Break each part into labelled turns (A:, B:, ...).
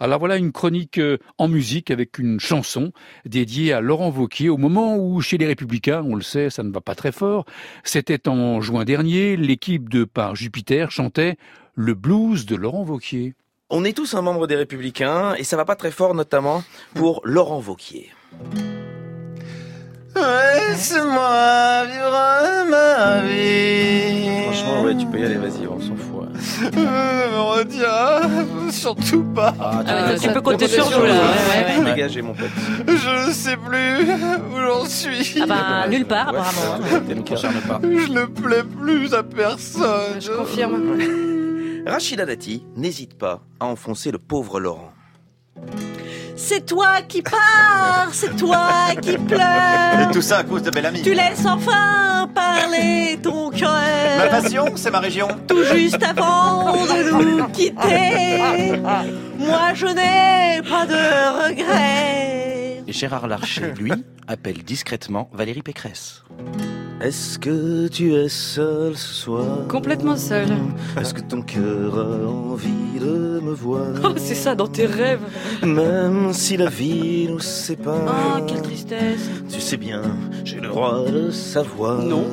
A: Alors voilà une chronique euh, en musique avec une chanson dédiée à Laurent Vauquier au moment où chez les Républicains, on le sait, ça ne va pas très fort. C'était en juin dernier, l'équipe de Par Jupiter chantait le blues de Laurent Vauquier.
B: On est tous un membre des Républicains et ça va pas très fort notamment pour Laurent Vauquier.
C: Laisse-moi vivre ma vie.
B: Franchement, ouais, tu peux y aller, vas-y, on s'en fout. hein.
C: Euh, Retiens, surtout pas.
D: Euh, tu peux compter
B: T'es
D: sur
B: sûr,
D: nous là.
B: ouais,
D: ouais, ouais, ouais.
B: Dégagez, mon pote.
C: Je ne sais plus où j'en suis.
D: Ah bah nulle part
B: Ouais,
D: apparemment.
B: ça doit être le cas.
C: Je ne plais plus à personne.
E: Je confirme.
B: Rachida Dati n'hésite pas à enfoncer le pauvre Laurent.
F: C'est toi qui pars, c'est toi qui pleures.
G: Et tout ça à cause de Bellamy.
F: Tu laisses enfin parler ton
G: Ma
F: cœur.
G: passion, c'est ma région.
F: Tout juste avant de nous quitter, moi je n'ai pas de regrets.
H: Gérard Larcher, lui, appelle discrètement Valérie Pécresse.
B: Est-ce que tu es seul ce soir
E: Complètement seul.
B: Est-ce que ton cœur a envie de me voir
E: Oh, c'est ça dans tes rêves.
B: Même si la vie nous sépare.
F: Oh, quelle tristesse.
B: Tu sais bien, j'ai le droit de savoir.
E: Non.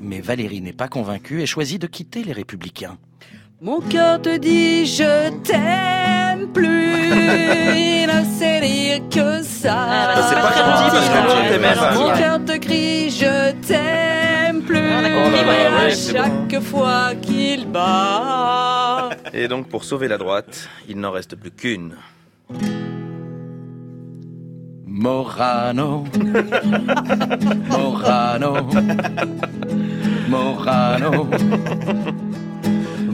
H: Mais Valérie n'est pas convaincue et choisit de quitter les Républicains.
F: Mon cœur te dit je t'aime plus. Il ne sait dire que ça.
D: Ah, bah, c'est
B: pas gentil, parce que
D: ouais,
B: tu t'aimais
D: ouais,
B: pas. Ah,
D: gentil,
F: Mon
D: ouais.
F: cœur te crie je t'aime plus.
D: on a compris,
F: Mais
D: ouais,
F: à
B: Oh ouais, c'est
F: chaque fois qu'il bat.
B: Et donc, pour sauver la droite, il n'en reste plus qu'une.
H: Morano. Morano. Morano.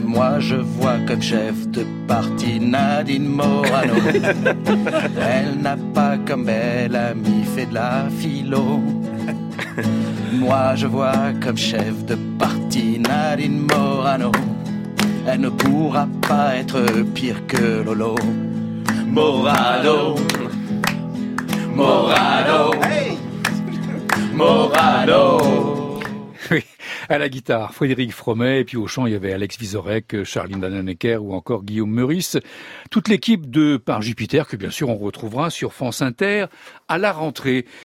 H: Moi, je vois comme chef de parti Nadine Morano. Elle n'a pas comme belle amie fait de la philo. Moi, je vois comme chef de parti Nadine Morano. Elle ne pourra pas être pire que Lolo. Morano. Morano. Morano.
A: Oui, à la guitare, Frédéric Fromet, et puis au chant, il y avait Alex Vizorek, Charline Dananecker ou encore Guillaume Meurice. Toute l'équipe de Par Jupiter, que bien sûr on retrouvera sur France Inter à la rentrée.